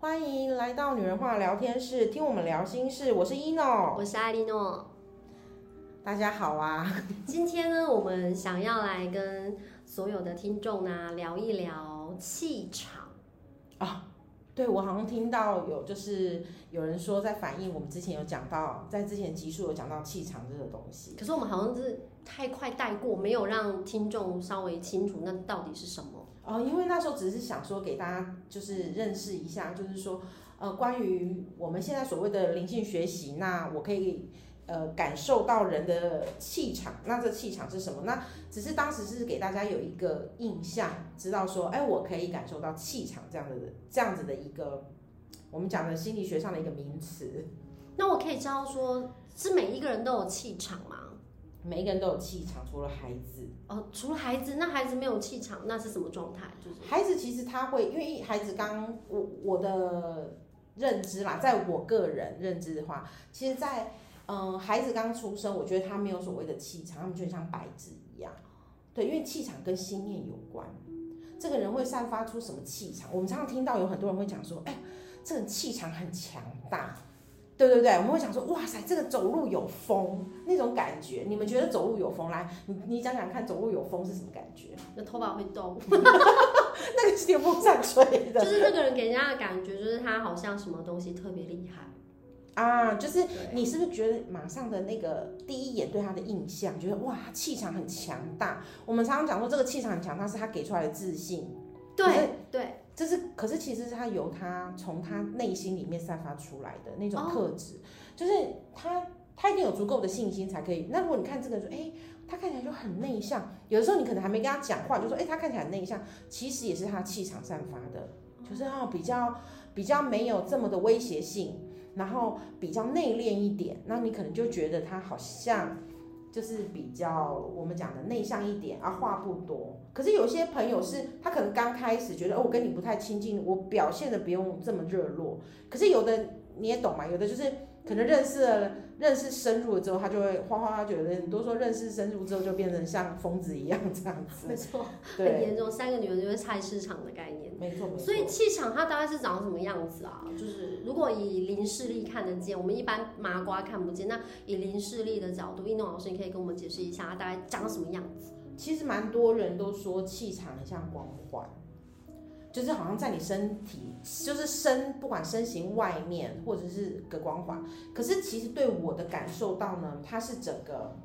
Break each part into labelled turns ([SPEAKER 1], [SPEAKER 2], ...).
[SPEAKER 1] 欢迎来到女人话聊天室，听我们聊心事。我是一诺，
[SPEAKER 2] 我是艾莉诺。
[SPEAKER 1] 大家好啊！
[SPEAKER 2] 今天呢，我们想要来跟所有的听众啊聊一聊气场。
[SPEAKER 1] 哦对我好像听到有就是有人说在反映我们之前有讲到，在之前集数有讲到气场这个东西。
[SPEAKER 2] 可是我们好像是太快带过，没有让听众稍微清楚那到底是什么。
[SPEAKER 1] 哦，因为那时候只是想说给大家就是认识一下，就是说呃，关于我们现在所谓的灵性学习，那我可以呃感受到人的气场，那这气场是什么？那只是当时是给大家有一个印象，知道说，哎，我可以感受到气场这样的这样子的一个我们讲的心理学上的一个名词。
[SPEAKER 2] 那我可以知道说，是每一个人都有气场吗？
[SPEAKER 1] 每一个人都有气场，除了孩子。
[SPEAKER 2] 哦，除了孩子，那孩子没有气场，那是什么状态？就是
[SPEAKER 1] 孩子其实他会，因为孩子刚我我的认知啦，在我个人认知的话，其实在，嗯孩子刚出生，我觉得他没有所谓的气场，他们就很像白纸一样。对，因为气场跟心念有关，这个人会散发出什么气场？我们常常听到有很多人会讲说，哎、这人气场很强大。对对对，我们会想说，哇塞，这个走路有风那种感觉。你们觉得走路有风？来，你你讲讲看，走路有风是什么感觉？
[SPEAKER 2] 那头发会动，
[SPEAKER 1] 那个是电风扇吹的
[SPEAKER 2] 就。是那个人给人家的感觉，就是他好像什么东西特别厉害。
[SPEAKER 1] 啊，就是
[SPEAKER 2] 对
[SPEAKER 1] 你是不是觉得马上的那个第一眼对他的印象，觉得哇，他气场很强大。我们常常讲说这个气场很强大是他给出来的自信，可是
[SPEAKER 2] 对对，
[SPEAKER 1] 这是可是其实是他由他从他内心里面散发出来的那种
[SPEAKER 2] 哦
[SPEAKER 1] 特质，就是他他一定有足够的信心才可以。那如果你看这个人说，哎、他看起来就很内向，有的时候你可能还没跟他讲话，你就说，哎、他看起来很内向，其实也是他气场散发的，就是啊比较比较没有这么的威胁性，然后比较内敛一点，那你可能就觉得他好像。就是比较我们讲的内向一点啊，话不多。可是有些朋友是他可能刚开始觉得哦，我跟你不太亲近，我表现的不用这么热络。可是有的你也懂嘛，有的就是可能认识了认识深入了之后，他就会哗哗哗，觉得很多说认识深入之后就变成像疯子一样这样
[SPEAKER 2] 没
[SPEAKER 1] 子。
[SPEAKER 2] 错，很
[SPEAKER 1] 对，
[SPEAKER 2] 严重。三个女人就是菜市场的概念。
[SPEAKER 1] 没错没错。
[SPEAKER 2] 所以气场它大概是长什么样子啊？就是如果以零视力看得见，我们一般麻瓜看不见。那以零视力的角度，一诺老师，你可以跟我们解释一下，它大概长什么样子？
[SPEAKER 1] 其实蛮多人都说气场很像光环，就是好像在你身体，就是身不管身形外面或者是个光环。可是其实对我的感受到呢，它是整个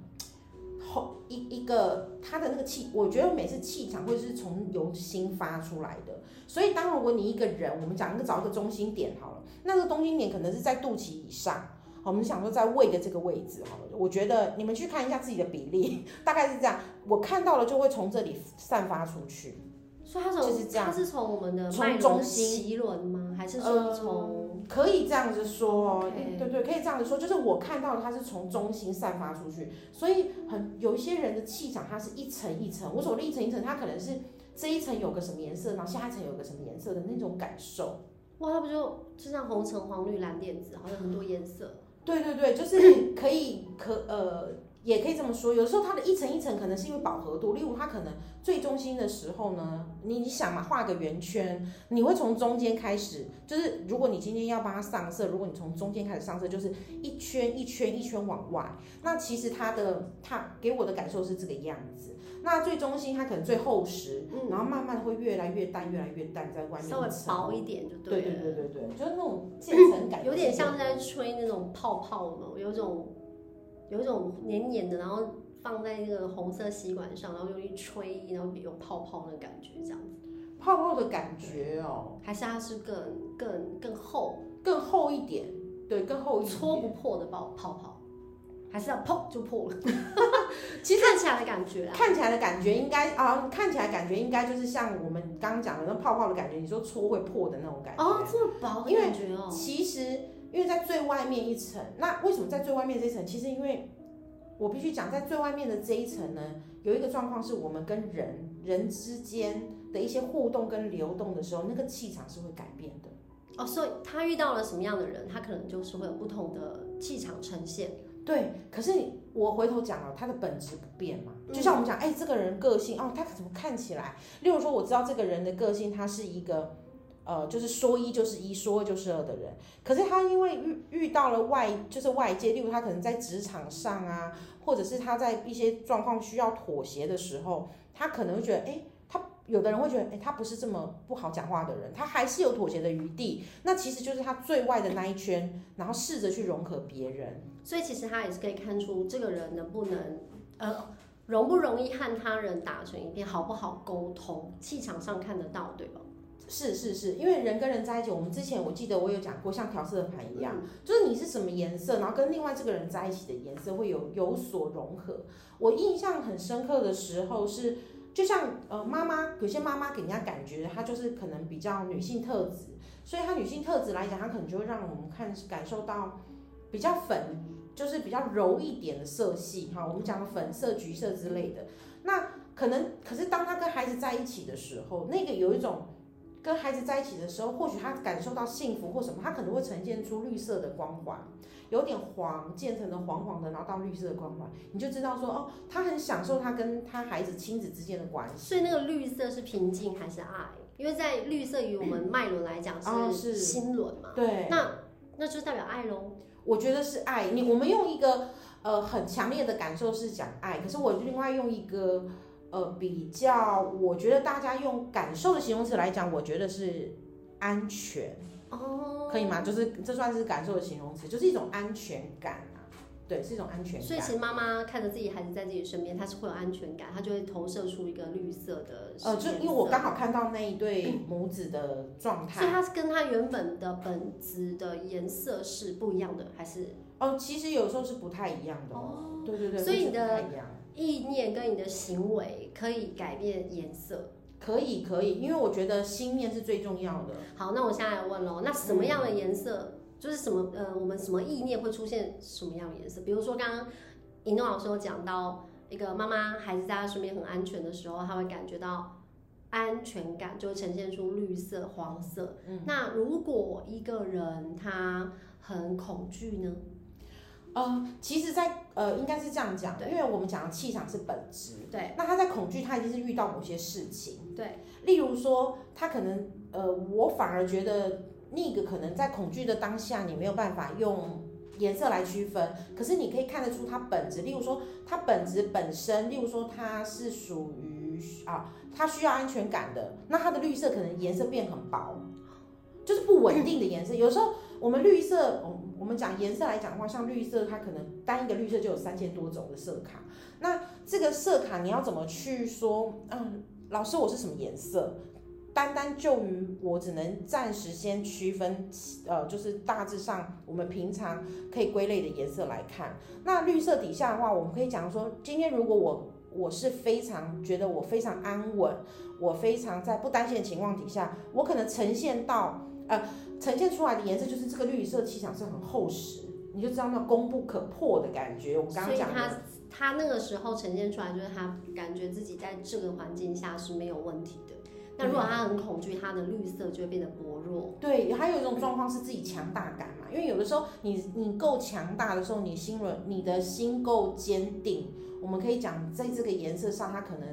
[SPEAKER 1] 后一一个它的那个气，我觉得每次气场会是从由心发出来的。所以当如果你一个人，我们讲一个找一个中心点好了，那个中心点可能是在肚脐以上。好我们想说在胃的这个位置好了，我觉得你们去看一下自己的比例， 大概是这样。我看到了就会从这里散发出去，
[SPEAKER 2] 所以它
[SPEAKER 1] 就是
[SPEAKER 2] 从
[SPEAKER 1] 这样
[SPEAKER 2] 它是从我们的
[SPEAKER 1] 从
[SPEAKER 2] 脉轮
[SPEAKER 1] 中
[SPEAKER 2] 的
[SPEAKER 1] 心
[SPEAKER 2] 脐轮吗？还是说从、呃
[SPEAKER 1] 嗯可以这样子说哦
[SPEAKER 2] OK
[SPEAKER 1] 对对，可以这样子说，就是我看到了它是从中心散发出去，所以很有一些人的气场它是一层一层，我所谓的一层一层，它可能是这一层有个什么颜色，然后下一层有个什么颜色的那种感受。
[SPEAKER 2] 哇，它不就就像红橙黄绿蓝靛紫，好像很多颜色。
[SPEAKER 1] 对对对，就是 可以可呃，也可以这么说。有时候它的一层一层可能是因为饱和度，例如它可能最中心的时候呢，你你想嘛，画个圆圈，你会从中间开始，就是如果你今天要帮它上色，如果你从中间开始上色，就是一圈一圈一圈往外。那其实它的它给我的感受是这个样子。那最中心它可能最厚实，
[SPEAKER 2] 嗯
[SPEAKER 1] 然后慢慢会越来越淡，越来越淡，在外面
[SPEAKER 2] 稍微
[SPEAKER 1] 层
[SPEAKER 2] 薄一点就
[SPEAKER 1] 嗯对
[SPEAKER 2] 了。
[SPEAKER 1] 对对对对，就是那 种渐层感，
[SPEAKER 2] 有点像是在吹那种泡泡嘛，有一种有一种黏黏的，然后放在那个红色吸管上，然后用力吹，然后有泡泡的感觉，这样子。
[SPEAKER 1] 泡泡的感觉哦。
[SPEAKER 2] 还是它是更更更厚、
[SPEAKER 1] 更厚一点，对，更厚一点。
[SPEAKER 2] 戳不破的泡泡泡，还是要砰就破了。
[SPEAKER 1] 其实
[SPEAKER 2] 看起来的感觉啊啦，
[SPEAKER 1] 看起来的感觉应该啊，看起来感觉应该就是像我们刚刚讲的那泡泡的感觉，你说戳会破的那种感觉。
[SPEAKER 2] 哦，这么薄的
[SPEAKER 1] 因为
[SPEAKER 2] 感觉哦，
[SPEAKER 1] 其实因为在最外面一层，那为什么在最外面这一层？其实因为我必须讲，在最外面的这一层呢，有一个状况是我们跟人人之间的一些互动跟流动的时候，那个气场是会改变的。
[SPEAKER 2] 哦，所以他遇到了什么样的人，他可能就是会有不同的气场呈现。
[SPEAKER 1] 对，可是我回头讲了，他的本质不变嘛。
[SPEAKER 2] 嗯
[SPEAKER 1] 就像我们讲，哎、这个人个性哦，他怎么看起来？例如说，我知道这个人的个性，他是一个呃，就是说一就是一，说二就是二的人。可是他因为遇遇到了外，就是外界，例如他可能在职场上啊，或者是他在一些状况需要妥协的时候，他可能会觉得，哎，他有的人会觉得，哎，他不是这么不好讲话的人，他还是有妥协的余地。那其实就是他最外的那一圈，然后试着去融合别人。
[SPEAKER 2] 所以其实他也是可以看出这个人能不能，呃，容不容易和他人打成一片，好不好沟通，气场上看得到，对吧？
[SPEAKER 1] 是是是，因为人跟人在一起，我们之前我记得我有讲过，像调色盘一样，就是你是什么颜色，然后跟另外这个人在一起的颜色会有有所融合。我印象很深刻的时候是，就像呃妈妈，有些妈妈给人家感觉她就是可能比较女性特质，所以她女性特质来讲，她可能就会让我们看感受到比较粉，就是比较柔一点的色系哈，我们讲粉色、橘色之类的。那可能可是当她跟孩子在一起的时候，那个有一种。跟孩子在一起的时候，或许他感受到幸福或什么，他可能会呈现出绿色的光环，有点黄，渐成了黄黄的，然后到绿色的光环，你就知道说，哦，他很享受他跟他孩子亲子之间的关系。
[SPEAKER 2] 所以那个绿色是平静还是爱？因为在绿色与我们脉轮来讲
[SPEAKER 1] 哦
[SPEAKER 2] 是
[SPEAKER 1] 是
[SPEAKER 2] 心轮嘛，
[SPEAKER 1] 对，
[SPEAKER 2] 那那就代表爱喽。
[SPEAKER 1] 我觉得是爱你。我们用一个呃很强烈的感受是讲爱，可是我另外用一个呃比较，我觉得大家用感受的形容词来讲，我觉得是安全。
[SPEAKER 2] 哦，
[SPEAKER 1] 可以吗？就是这算是感受的形容词，就是一种安全感啊，对，是一种安全
[SPEAKER 2] 所以
[SPEAKER 1] 感。
[SPEAKER 2] 其实妈妈看着自己孩子在自己身边，她是会有安全感，她就会投射出一个绿色的
[SPEAKER 1] 呃，就因为我
[SPEAKER 2] 颜色
[SPEAKER 1] 刚好看到那一对母子的状
[SPEAKER 2] 所以
[SPEAKER 1] 态，
[SPEAKER 2] 它是啊跟它原本的本质的颜色是不一样的，还是
[SPEAKER 1] 哦，其实有时候是不太一样的哦。
[SPEAKER 2] 哦？
[SPEAKER 1] 对对对，
[SPEAKER 2] 所以
[SPEAKER 1] 会是
[SPEAKER 2] 你的
[SPEAKER 1] 不太一样，
[SPEAKER 2] 意念跟你的行为可以改变颜色。
[SPEAKER 1] 可以可以，因为我觉得心念是最重要的。
[SPEAKER 2] 好，那我现在来问喽，那什么样的颜色，就是什么呃，我们什么意念会出现什么样的颜色？比如说刚刚尹诺老师有讲到，一个妈妈孩子在她身边很安全的时候，她会感觉到安全感，就会呈现出绿色、黄色。
[SPEAKER 1] 嗯
[SPEAKER 2] 那如果一个人他很恐惧呢？
[SPEAKER 1] 呃，其实在，呃，应该是这样讲，
[SPEAKER 2] 对
[SPEAKER 1] 因为我们讲的气场是本质，
[SPEAKER 2] 对
[SPEAKER 1] 那他在恐惧，他一定是遇到某些事情。
[SPEAKER 2] 对。
[SPEAKER 1] 例如说，他可能呃，我反而觉得那个可能在恐惧的当下，你没有办法用颜色来区分，可是你可以看得出它本质。例如说，它本质本身，例如说它是属于啊，它需要安全感的，那它的绿色可能颜色变很薄，就是不稳定的颜色。有时候我们绿色，我我们讲颜色来讲的话，像绿色，它可能单一个绿色就有三千多种的色卡。那这个色卡你要怎么去说？嗯，老师，我是什么颜色？单单就于我只能暂时先区分，呃，就是大致上我们平常可以归类的颜色来看。那绿色底下的话，我们可以讲说，今天如果我我是非常觉得我非常安稳，我非常在不担心的情况底下，我可能呈现到呃呈现出来的颜色就是这个绿色气场是很厚实，你就知道那功不可破的感觉。我们刚刚
[SPEAKER 2] 所以
[SPEAKER 1] 讲的
[SPEAKER 2] 他他那个时候呈现出来，就是他感觉自己在这个环境下是没有问题的。那如果他很恐惧，他的绿色就会变得薄弱。
[SPEAKER 1] 对，还有一种状况是自己强大感嘛，因为有的时候你你够强大的时候，你心轮你的心够坚定，我们可以讲在这个颜色上，它可能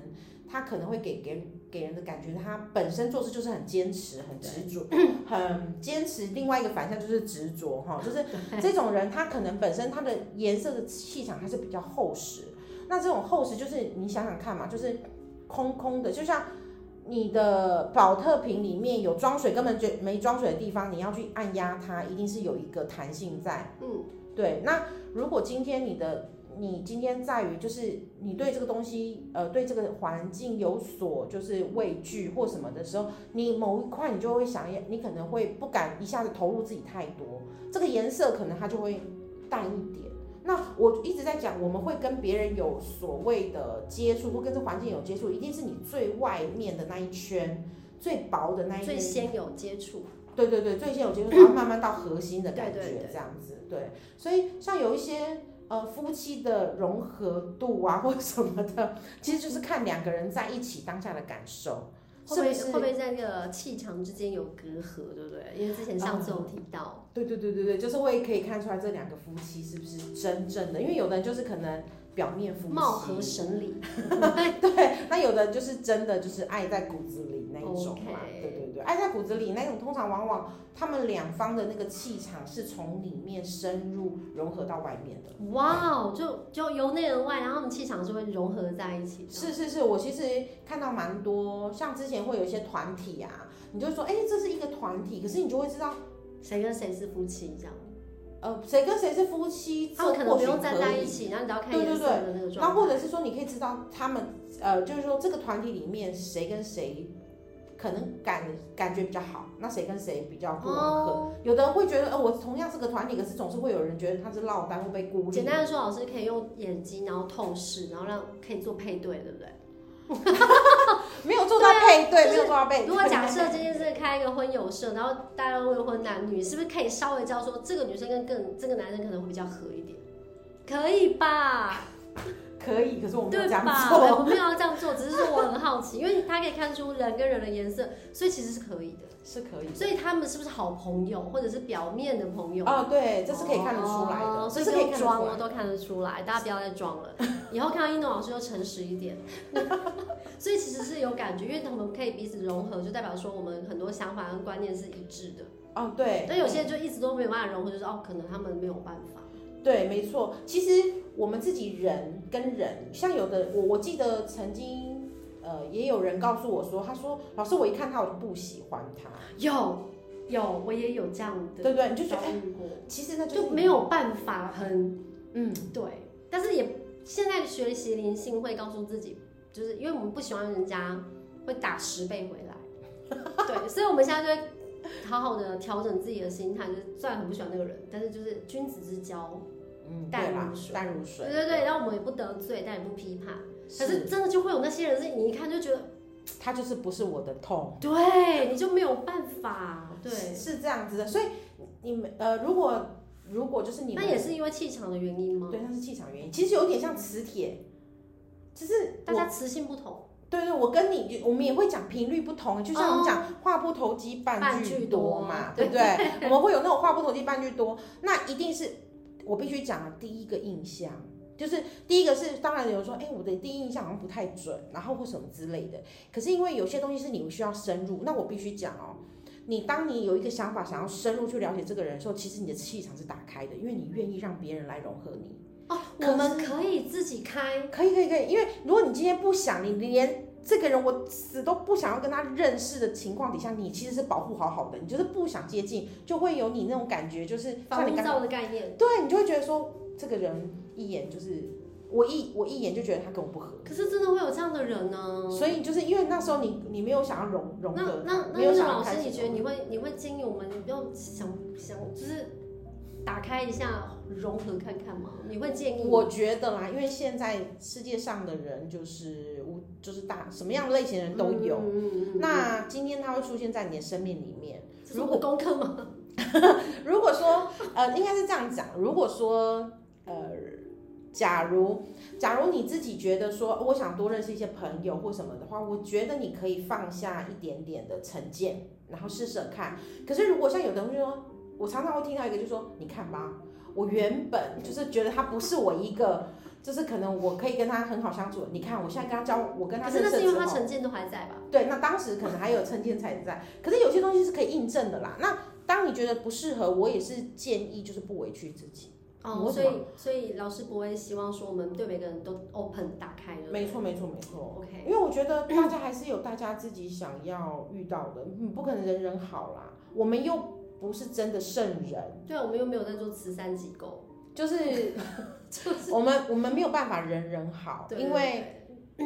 [SPEAKER 1] 它可能会给给给人的感觉，它本身做事就是很坚持、很执着、很坚持。另外一个反向就是执着哈，就是这种人他可能本身他的颜色的气场它是比较厚实，那这种厚实就是你想想看嘛，就是空空的，就像。你的保特瓶里面有装水，根本就没装水的地方，你要去按压它，一定是有一个弹性在。
[SPEAKER 2] 嗯，
[SPEAKER 1] 对。那如果今天你的你今天在于就是你对这个东西，呃，对这个环境有所就是畏惧或什么的时候，你某一块你就会想要，你可能会不敢一下子投入自己太多，这个颜色可能它就会淡一点。那我一直在讲，我们会跟别人有所谓的接触，或跟这环境有接触，一定是你最外面的那一圈，最薄的那一
[SPEAKER 2] 最
[SPEAKER 1] 圈，
[SPEAKER 2] 先有接触，
[SPEAKER 1] 对对对，最先有 接触，然后慢慢到核心的感
[SPEAKER 2] 对对对
[SPEAKER 1] 觉这样子，对。所以像有一些呃夫妻的融合度啊，或者什么的，其实就是看两个人在一起当下的感受，
[SPEAKER 2] 会不会
[SPEAKER 1] 是
[SPEAKER 2] 会不
[SPEAKER 1] 不是？
[SPEAKER 2] 会在那个气场之间有隔阂，对不对？因为之前上次有提到，
[SPEAKER 1] 对对对对对，就是会可以看出来这两个夫妻是不是真正的，因为有的人就是可能表面夫妻，
[SPEAKER 2] 貌合 神离，
[SPEAKER 1] 对，那有的就是真的就是爱在骨子里那一种嘛
[SPEAKER 2] OK
[SPEAKER 1] 对对对，爱在骨子里那种，通常往往他们两方的那个气场是从里面深入融合到外面的。
[SPEAKER 2] 哇哦，就就由内而外，然后他们气场是会融合在一起的。
[SPEAKER 1] 是是是，我其实看到蛮多，像之前会有一些团体啊，你就说，哎、这是一个团体，可是你就会知道，
[SPEAKER 2] 谁跟谁是夫妻这样，
[SPEAKER 1] 呃，谁跟谁是夫妻，这
[SPEAKER 2] 他们可能
[SPEAKER 1] 或
[SPEAKER 2] 不
[SPEAKER 1] 许
[SPEAKER 2] 用站在
[SPEAKER 1] 可以
[SPEAKER 2] 一起，然后你只要看
[SPEAKER 1] 对对
[SPEAKER 2] 颜色的那个
[SPEAKER 1] 然
[SPEAKER 2] 状
[SPEAKER 1] 后或
[SPEAKER 2] 态。
[SPEAKER 1] 者是说，你可以知道他们，呃，就是说这个团体里面谁跟谁可能感感觉比较好，那谁跟谁比较不融合。
[SPEAKER 2] 哦，
[SPEAKER 1] 有的人会觉得，呃，我同样是个团体，可是总是会有人觉得他是落单，会被孤立。
[SPEAKER 2] 简单的说，老师可以用眼睛，然后透视，然后让可以做配对，对不对？
[SPEAKER 1] 没有做到配对，
[SPEAKER 2] 啊就是
[SPEAKER 1] 没有做到配对。
[SPEAKER 2] 如果假设今天是开一个婚友社，然后大家都未婚男女，是不是可以稍微教说这个女生跟更这个男生可能会比较合一点？可以吧？
[SPEAKER 1] 可以，可是我没有
[SPEAKER 2] 对
[SPEAKER 1] 这样
[SPEAKER 2] 吧？
[SPEAKER 1] 做。
[SPEAKER 2] 我没有要这样做，只是说我很好奇，因为他可以看出人跟人的颜色，所以其实是可以的。
[SPEAKER 1] 是可以。
[SPEAKER 2] 所以他们是不是好朋友，或者是表面的朋友？
[SPEAKER 1] 哦，对，这是可以看得出来的，
[SPEAKER 2] 哦
[SPEAKER 1] 这
[SPEAKER 2] 所以
[SPEAKER 1] 是
[SPEAKER 2] 不
[SPEAKER 1] 可以
[SPEAKER 2] 用
[SPEAKER 1] 看得
[SPEAKER 2] 装
[SPEAKER 1] 出来
[SPEAKER 2] 哦，
[SPEAKER 1] 的。
[SPEAKER 2] 都看得出来。大家不要再装 了，以后看到一诺老师就诚实一点。 所以其实是有感觉，因为他们可以彼此融合，就代表说我们很多想法跟观念是一致的。
[SPEAKER 1] 哦，对。
[SPEAKER 2] 但有些人就一直都没有办法融合，就是哦，可能他们没有办 法。
[SPEAKER 1] 对，没错。其实我们自己人跟人，像有的我我记得曾经呃也有人告诉我说，他说老师我一看他我就不喜欢他，
[SPEAKER 2] 有有，我也有这样的
[SPEAKER 1] 对不对？你就觉得
[SPEAKER 2] 遭
[SPEAKER 1] 哎、
[SPEAKER 2] 遇过，
[SPEAKER 1] 其实那就是
[SPEAKER 2] 就
[SPEAKER 1] 你
[SPEAKER 2] 没有办法很
[SPEAKER 1] 嗯
[SPEAKER 2] 对，但是也现在学习灵性会告诉自己，就是因为我们不喜欢人家会打十倍回来，对，所以我们现在就会好好的调整自己的心态，就是虽然很不喜欢那个人，但是就是君子之交，
[SPEAKER 1] 嗯
[SPEAKER 2] 淡
[SPEAKER 1] 对啦
[SPEAKER 2] 如水
[SPEAKER 1] 淡如水，
[SPEAKER 2] 对对对，然后我们也不得罪，但也不批判，可是
[SPEAKER 1] 是哦
[SPEAKER 2] 真的就会有那些人是你一看就觉得，
[SPEAKER 1] 他就是不是我的痛，
[SPEAKER 2] 对，你就没有办法，对，
[SPEAKER 1] 是这样子的。所以你们呃，如果如果就是你
[SPEAKER 2] 那
[SPEAKER 1] 们
[SPEAKER 2] 也是因为气场的原因吗？
[SPEAKER 1] 对，那是气场原因，其实有点像磁铁，就是
[SPEAKER 2] 大家磁性不同，
[SPEAKER 1] 对对，我跟你，我们也会讲频率不同，就像我们讲话不投机半
[SPEAKER 2] 哦半
[SPEAKER 1] 句
[SPEAKER 2] 句
[SPEAKER 1] 多
[SPEAKER 2] 多
[SPEAKER 1] 嘛，对
[SPEAKER 2] 对
[SPEAKER 1] 不对？我们会有那种话不投机半句多，那一定是我必须讲的第一个印象，就是第一个是当然有人说，哎，我的第一印象好像不太准，然后或什么之类的。可是因为有些东西是你需要深入，那我必须讲哦。你当你有一个想法，想要深入去了解这个人的时候，其实你的气场是打开的，因为你愿意让别人来融合你。
[SPEAKER 2] 哦，
[SPEAKER 1] 可是
[SPEAKER 2] 我们可以自己开，
[SPEAKER 1] 可以可以可以，因为如果你今天不想，你连这个人我死都不想要跟他认识的情况底下，你其实是保护好好的，你就是不想接近，就会有你那种感觉，就是
[SPEAKER 2] 防
[SPEAKER 1] 像你
[SPEAKER 2] 护
[SPEAKER 1] 刚
[SPEAKER 2] 罩的概念。
[SPEAKER 1] 对你就会觉得说这个人一眼就是我一我一眼就觉得他跟我不合，
[SPEAKER 2] 可是真的会有这样的人呢、
[SPEAKER 1] 所以就是因为那时候你你没有想要融融
[SPEAKER 2] 那
[SPEAKER 1] 合他，
[SPEAKER 2] 那那
[SPEAKER 1] 没有
[SPEAKER 2] 那
[SPEAKER 1] 想要
[SPEAKER 2] 老
[SPEAKER 1] 开
[SPEAKER 2] 师，
[SPEAKER 1] 启
[SPEAKER 2] 你觉得
[SPEAKER 1] 融合
[SPEAKER 2] 你会你会建议我们要想想就是打开一下融合看看吗？你会建议吗
[SPEAKER 1] 我觉得啦，因为现在世界上的人就是无就是大什么样类型的人都有，
[SPEAKER 2] 嗯嗯嗯嗯
[SPEAKER 1] 那今天他会出现在你的生命里面。
[SPEAKER 2] 这是我的功课吗？
[SPEAKER 1] 如果说呃，应该是这样讲，如果说呃，假如假如你自己觉得说、哦我想多认识一些朋友或什么的话，我觉得你可以放下一点点的成见，然后试试看。可是如果像有的人就说，我常常会听到一个就说，你看吧，我原本就是觉得他不是我一个。就是可能我可以跟他很好相处，你看我现在跟他交，我跟他
[SPEAKER 2] 可
[SPEAKER 1] 认
[SPEAKER 2] 是
[SPEAKER 1] 识的
[SPEAKER 2] 那是
[SPEAKER 1] 时
[SPEAKER 2] 因为
[SPEAKER 1] 候
[SPEAKER 2] 他，成见都还在吧？
[SPEAKER 1] 对，那当时可能还有成见才在，可是有些东西是可以印证的啦。那当你觉得不适合，我也是建议就是不委屈自己。
[SPEAKER 2] 哦，
[SPEAKER 1] 嗯我
[SPEAKER 2] 所
[SPEAKER 1] 怎
[SPEAKER 2] 以
[SPEAKER 1] 么
[SPEAKER 2] 所以老师不会希望说我们对每个人都 open 打开的。
[SPEAKER 1] 没错，没错，没错。
[SPEAKER 2] OK，
[SPEAKER 1] 因为我觉得大家还是有大家自己想要遇到的，嗯不可能人人好啦。我们又不是真的圣人，
[SPEAKER 2] 对，啊我们又没有在做慈善机构，
[SPEAKER 1] 就是
[SPEAKER 2] 就是
[SPEAKER 1] 我们我们没有办法人人好，
[SPEAKER 2] 对
[SPEAKER 1] 因为
[SPEAKER 2] 对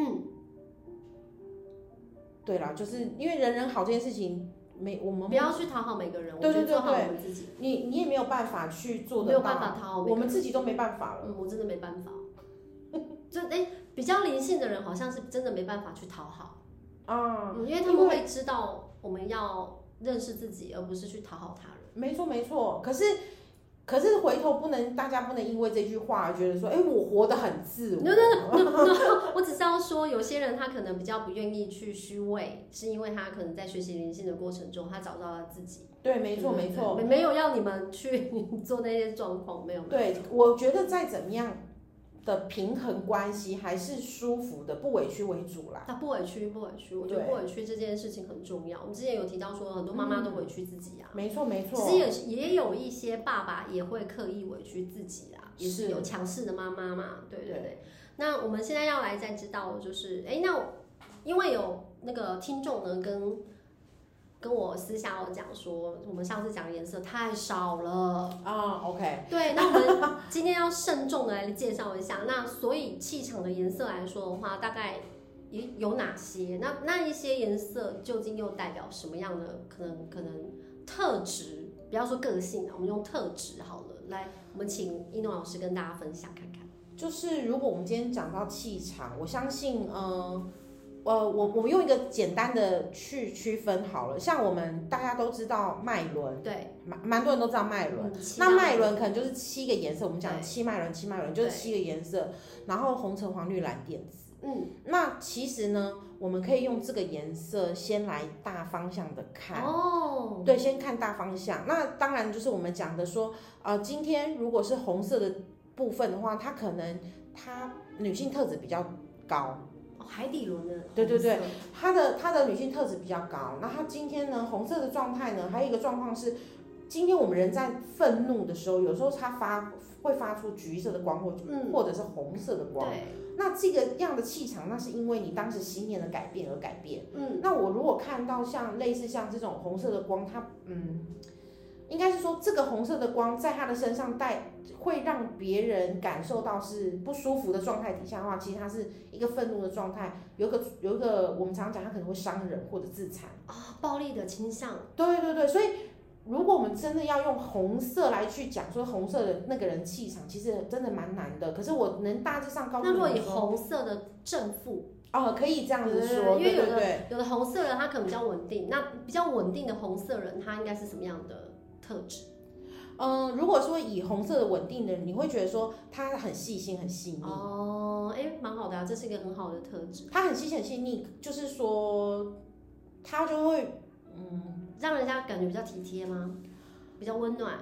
[SPEAKER 1] 对啦，就是因为人人好这件事情，没我
[SPEAKER 2] 对
[SPEAKER 1] 们
[SPEAKER 2] 不要去讨好每个人，我
[SPEAKER 1] 对
[SPEAKER 2] 觉得
[SPEAKER 1] 对
[SPEAKER 2] 做好
[SPEAKER 1] 对
[SPEAKER 2] 我们自己，
[SPEAKER 1] 你你也没有办法去做
[SPEAKER 2] 没
[SPEAKER 1] 得
[SPEAKER 2] 有办法
[SPEAKER 1] 到，
[SPEAKER 2] 讨好每
[SPEAKER 1] 我
[SPEAKER 2] 个人。
[SPEAKER 1] 们自己都没办法了。
[SPEAKER 2] 嗯，我真的没办法。 就哎、比较灵性的人好像是真的没办法去讨好，
[SPEAKER 1] 啊，
[SPEAKER 2] 嗯，因为他们会知道我们要认识自己，而不是去讨好 他人。
[SPEAKER 1] 没错没错，可是可是回头不能，大家不能因为这句话而觉得说，哎、我活得很自我。
[SPEAKER 2] No no no no，我只是要说，有些人他可能比较不愿意去虚伪，是因为他可能在学习灵性的过程中，他找到了自己。
[SPEAKER 1] 对，没错
[SPEAKER 2] 对
[SPEAKER 1] 没
[SPEAKER 2] 对
[SPEAKER 1] 错。
[SPEAKER 2] 没 嗯没有要你们去做那些状况，没有。没有
[SPEAKER 1] 对，我觉得再怎么样，的平衡关系还是舒服的，不委屈为主啦。
[SPEAKER 2] 啊，不委屈，不委屈，我觉得
[SPEAKER 1] 对
[SPEAKER 2] 不委屈这件事情很重要。我们之前有提到说，很多妈
[SPEAKER 1] 嗯
[SPEAKER 2] 妈都委屈自己啊，
[SPEAKER 1] 没错没
[SPEAKER 2] 其
[SPEAKER 1] 错，
[SPEAKER 2] 实也是也有一些爸爸也会刻意委屈自己啊，也是
[SPEAKER 1] 是
[SPEAKER 2] 有强势的妈妈嘛，对对
[SPEAKER 1] 对
[SPEAKER 2] 对。那我们现在要来再知道，就是哎，那我因为有那个听众呢跟跟我私下有讲说，我们上次讲的颜色太少了。
[SPEAKER 1] 啊、o k
[SPEAKER 2] 对，那我们今天要慎重的来介绍一下。那所以气场的颜色来说的话，大概有有哪些？那那一些颜色究竟又代表什么样的？可能可能特质，不要说个性啊，我们用特质好了。来，我们请一诺老师跟大家分享看看。
[SPEAKER 1] 就是如果我们今天讲到气场，我相信，呃，呃，我我们用一个简单的去区分好了，像我们大家都知道脉轮，
[SPEAKER 2] 对，
[SPEAKER 1] 蛮蛮多人都知道脉轮。
[SPEAKER 2] 嗯七
[SPEAKER 1] 那
[SPEAKER 2] 大
[SPEAKER 1] 脉轮可能就是七个颜色，我们讲
[SPEAKER 2] 对
[SPEAKER 1] 七脉轮，七脉轮就是
[SPEAKER 2] 对
[SPEAKER 1] 七个颜色，然后红橙黄绿蓝靛紫。
[SPEAKER 2] 嗯，
[SPEAKER 1] 那其实呢，我们可以用这个颜色先来大方向的看，
[SPEAKER 2] 哦，
[SPEAKER 1] 对，先看大方向。那当然就是我们讲的说，呃，今天如果是红色的部分的话，它可能它女性特质比较高，
[SPEAKER 2] 哦海底轮的，
[SPEAKER 1] 对对对，她的她的女性特质比较高。那她今天呢，红色的状态呢，还有一个状况是，今天我们人在愤怒的时候，有时候它发会发出橘色的光或
[SPEAKER 2] 嗯，
[SPEAKER 1] 或者是红色的光。
[SPEAKER 2] 对，
[SPEAKER 1] 那这个样的气场，那是因为你当时心念的改变而改变。
[SPEAKER 2] 嗯，
[SPEAKER 1] 那我如果看到像类似像这种红色的光，它嗯，应该是说这个红色的光在他的身上带，会让别人感受到是不舒服的状态底下的话，其实它是一个愤怒的状态，有一个有一个我们常讲，它可能会伤人或者自残。
[SPEAKER 2] 啊，暴力的倾向，
[SPEAKER 1] 对对对，所以如果我们真的要用红色来去讲说红色的那个人气场，其实真的蛮难的。可是我能大致上告诉
[SPEAKER 2] 那
[SPEAKER 1] 你
[SPEAKER 2] 如果
[SPEAKER 1] 们
[SPEAKER 2] 以
[SPEAKER 1] 说，
[SPEAKER 2] 红色的正负。
[SPEAKER 1] 哦，可以这样子
[SPEAKER 2] 对对对
[SPEAKER 1] 说，
[SPEAKER 2] 因为有
[SPEAKER 1] 对
[SPEAKER 2] 的
[SPEAKER 1] 对对。
[SPEAKER 2] 有的红色人他可能比较稳定，那比较稳定的红色人他应该是什么样的特质？
[SPEAKER 1] 嗯，如果说以红色的稳定的人，你会觉得说他很细心、很细腻，
[SPEAKER 2] 哦，哎、蛮好的啊，这是一个很好的特质，
[SPEAKER 1] 他很细心、很细腻，就是说他就会
[SPEAKER 2] 让人家感觉比较体贴吗？比较温暖，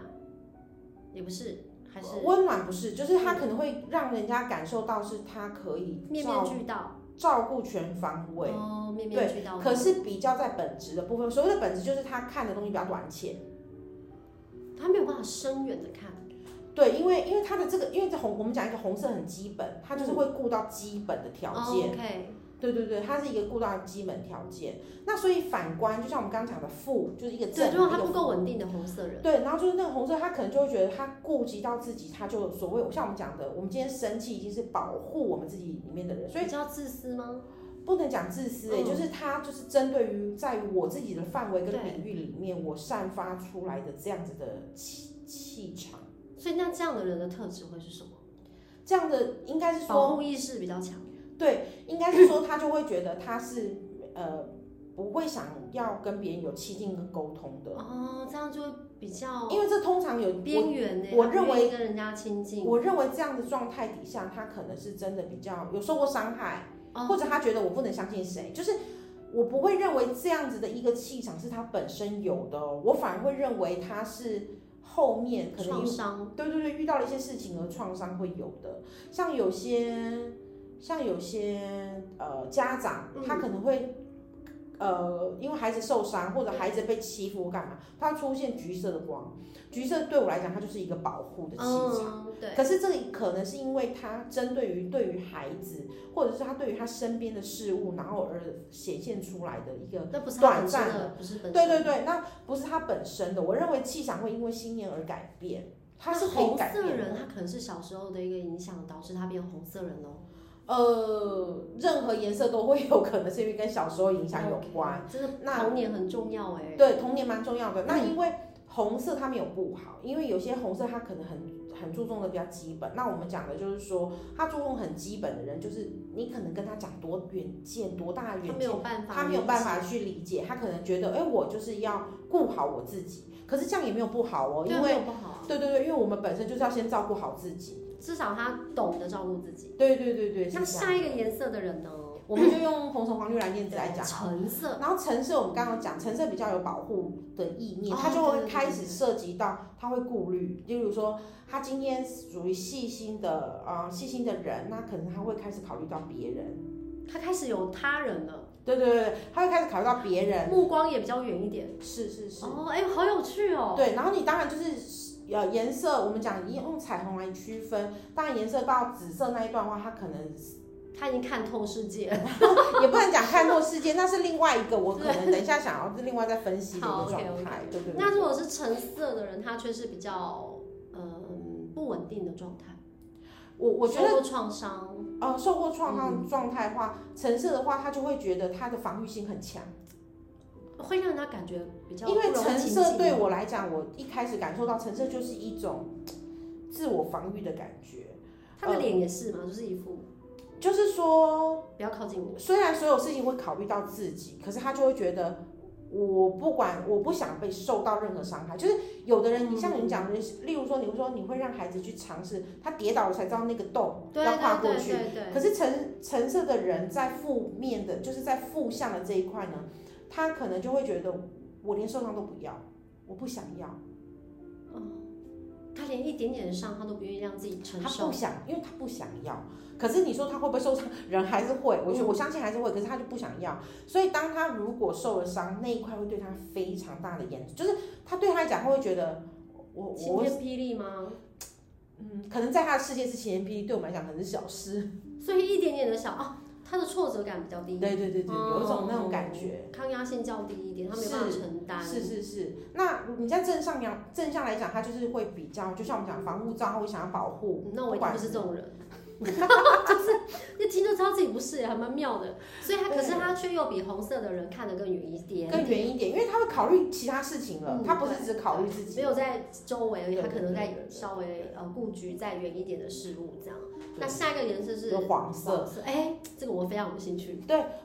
[SPEAKER 2] 也不是，还是嗯
[SPEAKER 1] 温暖，不是，就是他可能会让人家感受到是他可以
[SPEAKER 2] 面面
[SPEAKER 1] 照
[SPEAKER 2] 俱到，
[SPEAKER 1] 照顾全方位。
[SPEAKER 2] 哦，面面俱到。
[SPEAKER 1] 可是比较在本质的部分，所谓的本质就是他看的东西比较短浅，
[SPEAKER 2] 他没有办法深远的看，
[SPEAKER 1] 对，因为因为他的这个，因为这红我们讲一个红色很基本，他就是
[SPEAKER 2] 嗯
[SPEAKER 1] 会顾到基本的条
[SPEAKER 2] 哦
[SPEAKER 1] 件，
[SPEAKER 2] OK，
[SPEAKER 1] 对对对，它是一个顾到基本条件。那所以反观，就像我们刚刚讲的负，就是一个正，
[SPEAKER 2] 对，如果他
[SPEAKER 1] 一个
[SPEAKER 2] 不
[SPEAKER 1] 负
[SPEAKER 2] 够稳定的红色人，
[SPEAKER 1] 对，然后就是那个红色，他可能就会觉得他顾及到自己，他就所谓像我们讲的，我们今天生气已经是保护我们自己里面的人，所以
[SPEAKER 2] 比较自私吗？
[SPEAKER 1] 不能讲自私、欸，
[SPEAKER 2] 嗯
[SPEAKER 1] 就是他就是针对于在我自己的范围跟
[SPEAKER 2] 对
[SPEAKER 1] 领域里面，我散发出来的这样子的气气场，
[SPEAKER 2] 所以那这样的人的特质会是什么？
[SPEAKER 1] 这样的应该是说
[SPEAKER 2] 保护意识比较强，
[SPEAKER 1] 对，应该是说他就会觉得他是呃不会想要跟别人有亲近跟沟通的，
[SPEAKER 2] 哦，这样就会比较
[SPEAKER 1] 因为这通常有
[SPEAKER 2] 边缘呢，
[SPEAKER 1] 我
[SPEAKER 2] 他不
[SPEAKER 1] 认为
[SPEAKER 2] 愿意跟人家亲近，
[SPEAKER 1] 我认为这样的状态底下，他可能是真的比较有受过伤害，
[SPEAKER 2] 哦
[SPEAKER 1] 或者他觉得我不能相信谁，就是我不会认为这样子的一个气场是他本身有的哦，我反而会认为他是后面可能
[SPEAKER 2] 创
[SPEAKER 1] 遇
[SPEAKER 2] 伤，
[SPEAKER 1] 对对对遇到了一些事情而创伤会有的，像有些像有些呃家长
[SPEAKER 2] 嗯
[SPEAKER 1] 他可能会。呃，因为孩子受伤或者孩子被欺负干嘛，他出现橘色的光，橘色对我来讲，它就是一个保护的气场。
[SPEAKER 2] 嗯，对，
[SPEAKER 1] 可是这里可能是因为他针对于对于孩子，或者是他对于他身边的事物，然后而显现出来的一个。
[SPEAKER 2] 那不是他
[SPEAKER 1] 短
[SPEAKER 2] 本身
[SPEAKER 1] 暂
[SPEAKER 2] 的，不是本身，
[SPEAKER 1] 对对，对，那不是他本身的。我认为气场会因为信念而改变，他是可以
[SPEAKER 2] 红
[SPEAKER 1] 改
[SPEAKER 2] 色
[SPEAKER 1] 变
[SPEAKER 2] 人，
[SPEAKER 1] 的。
[SPEAKER 2] 他可能是小时候的一个影响，导致他变红色人哦，
[SPEAKER 1] 呃，任何颜色都会有可能是因为跟小时候影响有关。
[SPEAKER 2] OK，真的
[SPEAKER 1] 那
[SPEAKER 2] 童年很重要哎，
[SPEAKER 1] 对，童年蛮重要的。那
[SPEAKER 2] 嗯
[SPEAKER 1] 因为红色它没有不好，因为有些红色它可能很很注重的比较基本。那我们讲的就是说，他注重很基本的人，就是你可能跟他讲多远见、多大的
[SPEAKER 2] 他
[SPEAKER 1] 远
[SPEAKER 2] 没
[SPEAKER 1] 见，
[SPEAKER 2] 有办法，
[SPEAKER 1] 他没有办法，去理解，他可能觉得，哎、我就是要顾好我自己。可是这样也没有不好哦，
[SPEAKER 2] 对，
[SPEAKER 1] 因
[SPEAKER 2] 没
[SPEAKER 1] 为
[SPEAKER 2] 有不好啊，
[SPEAKER 1] 对对对，因为我们本身就是要先照顾好自己。
[SPEAKER 2] 至少他懂得照顾自己。
[SPEAKER 1] 对对对对，
[SPEAKER 2] 那
[SPEAKER 1] 是这样
[SPEAKER 2] 下一个颜色的人呢？
[SPEAKER 1] 我们就用红橙黄绿蓝靛紫来讲好了。
[SPEAKER 2] 橙色，
[SPEAKER 1] 然后橙色我们刚刚讲，橙色比较有保护的意念，
[SPEAKER 2] 哦
[SPEAKER 1] 它就
[SPEAKER 2] 对
[SPEAKER 1] 会
[SPEAKER 2] 对对
[SPEAKER 1] 开
[SPEAKER 2] 对
[SPEAKER 1] 始
[SPEAKER 2] 对
[SPEAKER 1] 涉及到他会顾虑，例如说他今天属于细心的呃细心的人，那可能他会开始考虑到别人，
[SPEAKER 2] 他开始有他人了，
[SPEAKER 1] 对对对对，他会开始考虑到别人，
[SPEAKER 2] 目光也比较远一点。
[SPEAKER 1] 是是是，
[SPEAKER 2] 哦，哎、好有趣哦。
[SPEAKER 1] 对，然后你当然就是呃颜色，我们讲用彩虹来区分，当然颜色到紫色那一段的话，它可能
[SPEAKER 2] 他已经看透世界了。
[SPEAKER 1] 也不能讲看透世界，那是另外一个我可能等一下想要另外再分析的一
[SPEAKER 2] 好
[SPEAKER 1] 个状
[SPEAKER 2] ，OK，OK
[SPEAKER 1] 态，对对对。
[SPEAKER 2] 那如果是橙色的人，他却是比较嗯不稳定的状态，
[SPEAKER 1] 我我觉得
[SPEAKER 2] 受过创伤，
[SPEAKER 1] 呃，受过创
[SPEAKER 2] 嗯
[SPEAKER 1] 伤状态的话，橙色的话，他就会觉得他的防御性很强，
[SPEAKER 2] 会让他感觉比较
[SPEAKER 1] 因为
[SPEAKER 2] 不容
[SPEAKER 1] 橙
[SPEAKER 2] 亲
[SPEAKER 1] 色
[SPEAKER 2] 近
[SPEAKER 1] 对我来讲，我一开始感受到橙色就是一种自我防御的感觉，
[SPEAKER 2] 他的
[SPEAKER 1] 嗯
[SPEAKER 2] 脸也是嘛，就是一副
[SPEAKER 1] 就是说，
[SPEAKER 2] 不要靠近我。
[SPEAKER 1] 虽然所有事情会考虑到自己，可是他就会觉得。我不管，我不想被受到任何伤害。就是有的人，你像
[SPEAKER 2] 嗯
[SPEAKER 1] 你讲的，例如说，你会说你会让孩子去尝试，他跌倒了才知道那个洞
[SPEAKER 2] 对
[SPEAKER 1] 要
[SPEAKER 2] 对
[SPEAKER 1] 跨过
[SPEAKER 2] 对
[SPEAKER 1] 去。
[SPEAKER 2] 对对。
[SPEAKER 1] 可是橙橙色的人在负面的，就是在负向的这一块呢，他可能就会觉得我连受伤都不要，我不想要，
[SPEAKER 2] 嗯他连一点点的伤他都不愿意让自己承
[SPEAKER 1] 他
[SPEAKER 2] 受
[SPEAKER 1] 不，想，因为他不想要。可是你说他会不会受伤？人还是会，我觉
[SPEAKER 2] 嗯
[SPEAKER 1] 我相信还是会，可是他就不想要。所以当他如果受了伤，那一块会对他非常大的影响，就是他对他来讲，他会觉得我
[SPEAKER 2] 晴
[SPEAKER 1] 我
[SPEAKER 2] 天霹雳吗？
[SPEAKER 1] 嗯，可能在他的世界是晴天霹雳，对我们来讲可能是小事。
[SPEAKER 2] 所以一点点的小啊，他的挫折感比较低，
[SPEAKER 1] 对对对对，有一种那种感觉。
[SPEAKER 2] 哦，抗压性较低一点，他没有办法
[SPEAKER 1] 是
[SPEAKER 2] 承担。
[SPEAKER 1] 是是是，那你在正向讲正向来讲，它就是会比较，就像我们讲防护罩，它会想要保护。
[SPEAKER 2] 嗯那我一
[SPEAKER 1] 不
[SPEAKER 2] 定
[SPEAKER 1] 管
[SPEAKER 2] 不是这种人， 就是一听就知道自己不是，还蛮妙的。所以他，
[SPEAKER 1] 对
[SPEAKER 2] 可是他却又比红色的人看得更远一点，
[SPEAKER 1] 更远一点，因为他会考虑其他事情了
[SPEAKER 2] 嗯，
[SPEAKER 1] 他不是只考虑自己。
[SPEAKER 2] 没有在周围而已，
[SPEAKER 1] 对
[SPEAKER 2] 他可能
[SPEAKER 1] 对对
[SPEAKER 2] 在
[SPEAKER 1] 对
[SPEAKER 2] 稍微呃布局在远一点的事物这样。那
[SPEAKER 1] 对
[SPEAKER 2] 下一个颜色是
[SPEAKER 1] 有黄色，
[SPEAKER 2] 黄色，哎，这个我非常有兴趣。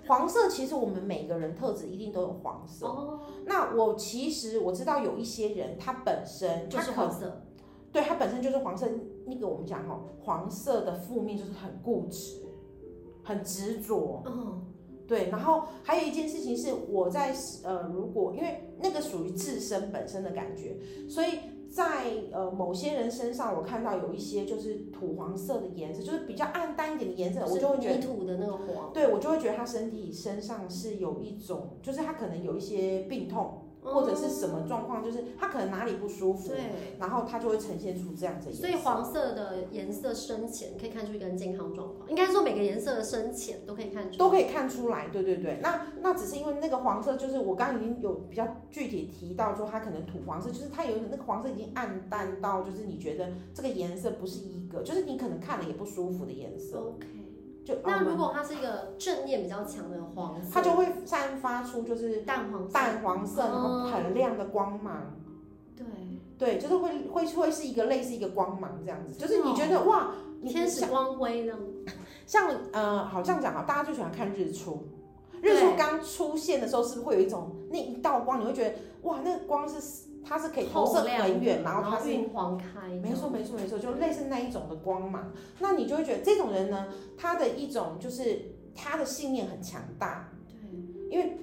[SPEAKER 1] 黄色其实我们每个人特质一定都有黄色。
[SPEAKER 2] 哦，
[SPEAKER 1] 那我其实我知道有一些人，他本身
[SPEAKER 2] 就
[SPEAKER 1] 他
[SPEAKER 2] 是
[SPEAKER 1] 可
[SPEAKER 2] 黄色，
[SPEAKER 1] 对他本身就是黄色，那个我们讲哦，黄色的负面就是很固执，很执着。
[SPEAKER 2] 嗯，
[SPEAKER 1] 对，然后还有一件事情是我在呃，如果因为那个属于自身本身的感觉，所以在呃某些人身上，我看到有一些就是土黄色的颜色，就是比较暗淡一点的颜色，我就会觉
[SPEAKER 2] 是
[SPEAKER 1] 得，
[SPEAKER 2] 泥土的那个黄，
[SPEAKER 1] 对我就会觉得他身体身上是有一种，就是他可能有一些病痛或者是什么状况，就是他可能哪里不舒
[SPEAKER 2] 嗯？
[SPEAKER 1] 服，
[SPEAKER 2] 哦对。
[SPEAKER 1] 然后他就会呈现出这样子的颜色。
[SPEAKER 2] 所以黄色的颜色深浅可以看出一个人健康状况，应该说每个颜色的深浅都可以看出。
[SPEAKER 1] 都可以看出来，对对对。那那只是因为那个黄色，就是我刚刚已经有比较具体提到说，它可能土黄色，就是它有点那个黄色已经暗淡到，就是你觉得这个颜色不是一个，就是你可能看了也不舒服的颜色。
[SPEAKER 2] OK。
[SPEAKER 1] 就
[SPEAKER 2] 那如
[SPEAKER 1] 嗯
[SPEAKER 2] 果它是一个正面比较强的黄色，
[SPEAKER 1] 它就会散发出就是
[SPEAKER 2] 淡黄色。
[SPEAKER 1] 淡黄色，然后
[SPEAKER 2] 哦
[SPEAKER 1] 很亮的光芒。
[SPEAKER 2] 对，
[SPEAKER 1] 对，就是会会会是一个类似一个光芒这样子，就是你觉得哇，你
[SPEAKER 2] 哦天
[SPEAKER 1] 像
[SPEAKER 2] 使光辉呢？
[SPEAKER 1] 像呃，好这样讲啊，大家最喜欢看日出。
[SPEAKER 2] 对
[SPEAKER 1] 日出刚出现的时候，是不是会有一种那一道光？你会觉得哇，那个光是它是可以投射
[SPEAKER 2] 透亮
[SPEAKER 1] 很远，然
[SPEAKER 2] 然
[SPEAKER 1] 后它
[SPEAKER 2] 后
[SPEAKER 1] 是
[SPEAKER 2] 晕黄开。
[SPEAKER 1] 没错，没错没错，就类似那一种的光芒。那你就会觉得这种人呢，他的一种就是他的信念很强大。
[SPEAKER 2] 对，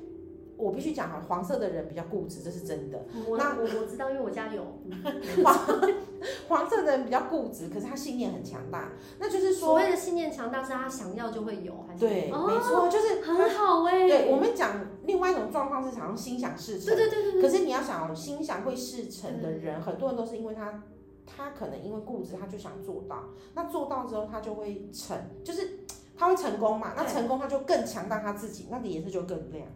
[SPEAKER 1] 我必须讲啊，黄色的人比较固执，这是真的。
[SPEAKER 2] 我
[SPEAKER 1] 那
[SPEAKER 2] 我我知道，因为我家有。嗯
[SPEAKER 1] 黄色的人比较固执，可是他信念很强大。那就是
[SPEAKER 2] 所
[SPEAKER 1] 说，
[SPEAKER 2] 谓的信念强大，是他想要就会有，还是？
[SPEAKER 1] 对，
[SPEAKER 2] 哦
[SPEAKER 1] 没错，就是
[SPEAKER 2] 很好哎。
[SPEAKER 1] 对我们讲另外一种状况是，好像心想事成
[SPEAKER 2] 对。对对对对。
[SPEAKER 1] 可是你要想，哦心想会事成的
[SPEAKER 2] 嗯
[SPEAKER 1] 人，很多人都是因为他，他可能因为固执，他就想做到。那做到之后，他就会成，就是他会成功嘛。那
[SPEAKER 2] 对
[SPEAKER 1] 成功，他就更强大他自己，那个颜色就更亮。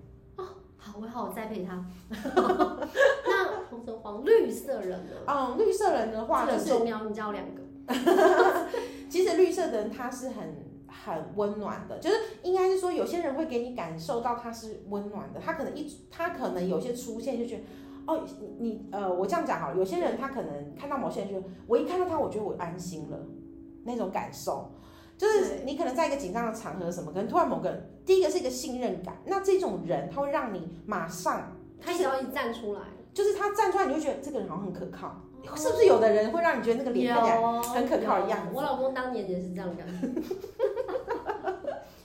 [SPEAKER 2] 好，我好好栽培他。 那红橙黄绿色人呢？
[SPEAKER 1] 嗯，绿色人的话，
[SPEAKER 2] 哦这
[SPEAKER 1] 就
[SPEAKER 2] 个很
[SPEAKER 1] 是
[SPEAKER 2] 重要，你家有两个。
[SPEAKER 1] 其实绿色的人他是很。很温暖的，就是应该是说，有些人会给你感受到他是温暖的。他可能一，他可能有些出现就觉得，哦，你你呃，我这样讲好了，有些人他可能看到某些人就，我一看到他，我觉得我安心了，那种感受，就是
[SPEAKER 2] 对
[SPEAKER 1] 你可能在一个紧张的场合什么，可能突然某个人，第一个是一个信任感，那这种人他会让你马上，
[SPEAKER 2] 他只要一站出来，
[SPEAKER 1] 就是他站出来，你会觉得这个人好像很可靠，是不是？有的人会让你觉得那个脸看起来
[SPEAKER 2] 有
[SPEAKER 1] 很可靠的样子
[SPEAKER 2] 有我老公当年也是这样的感觉。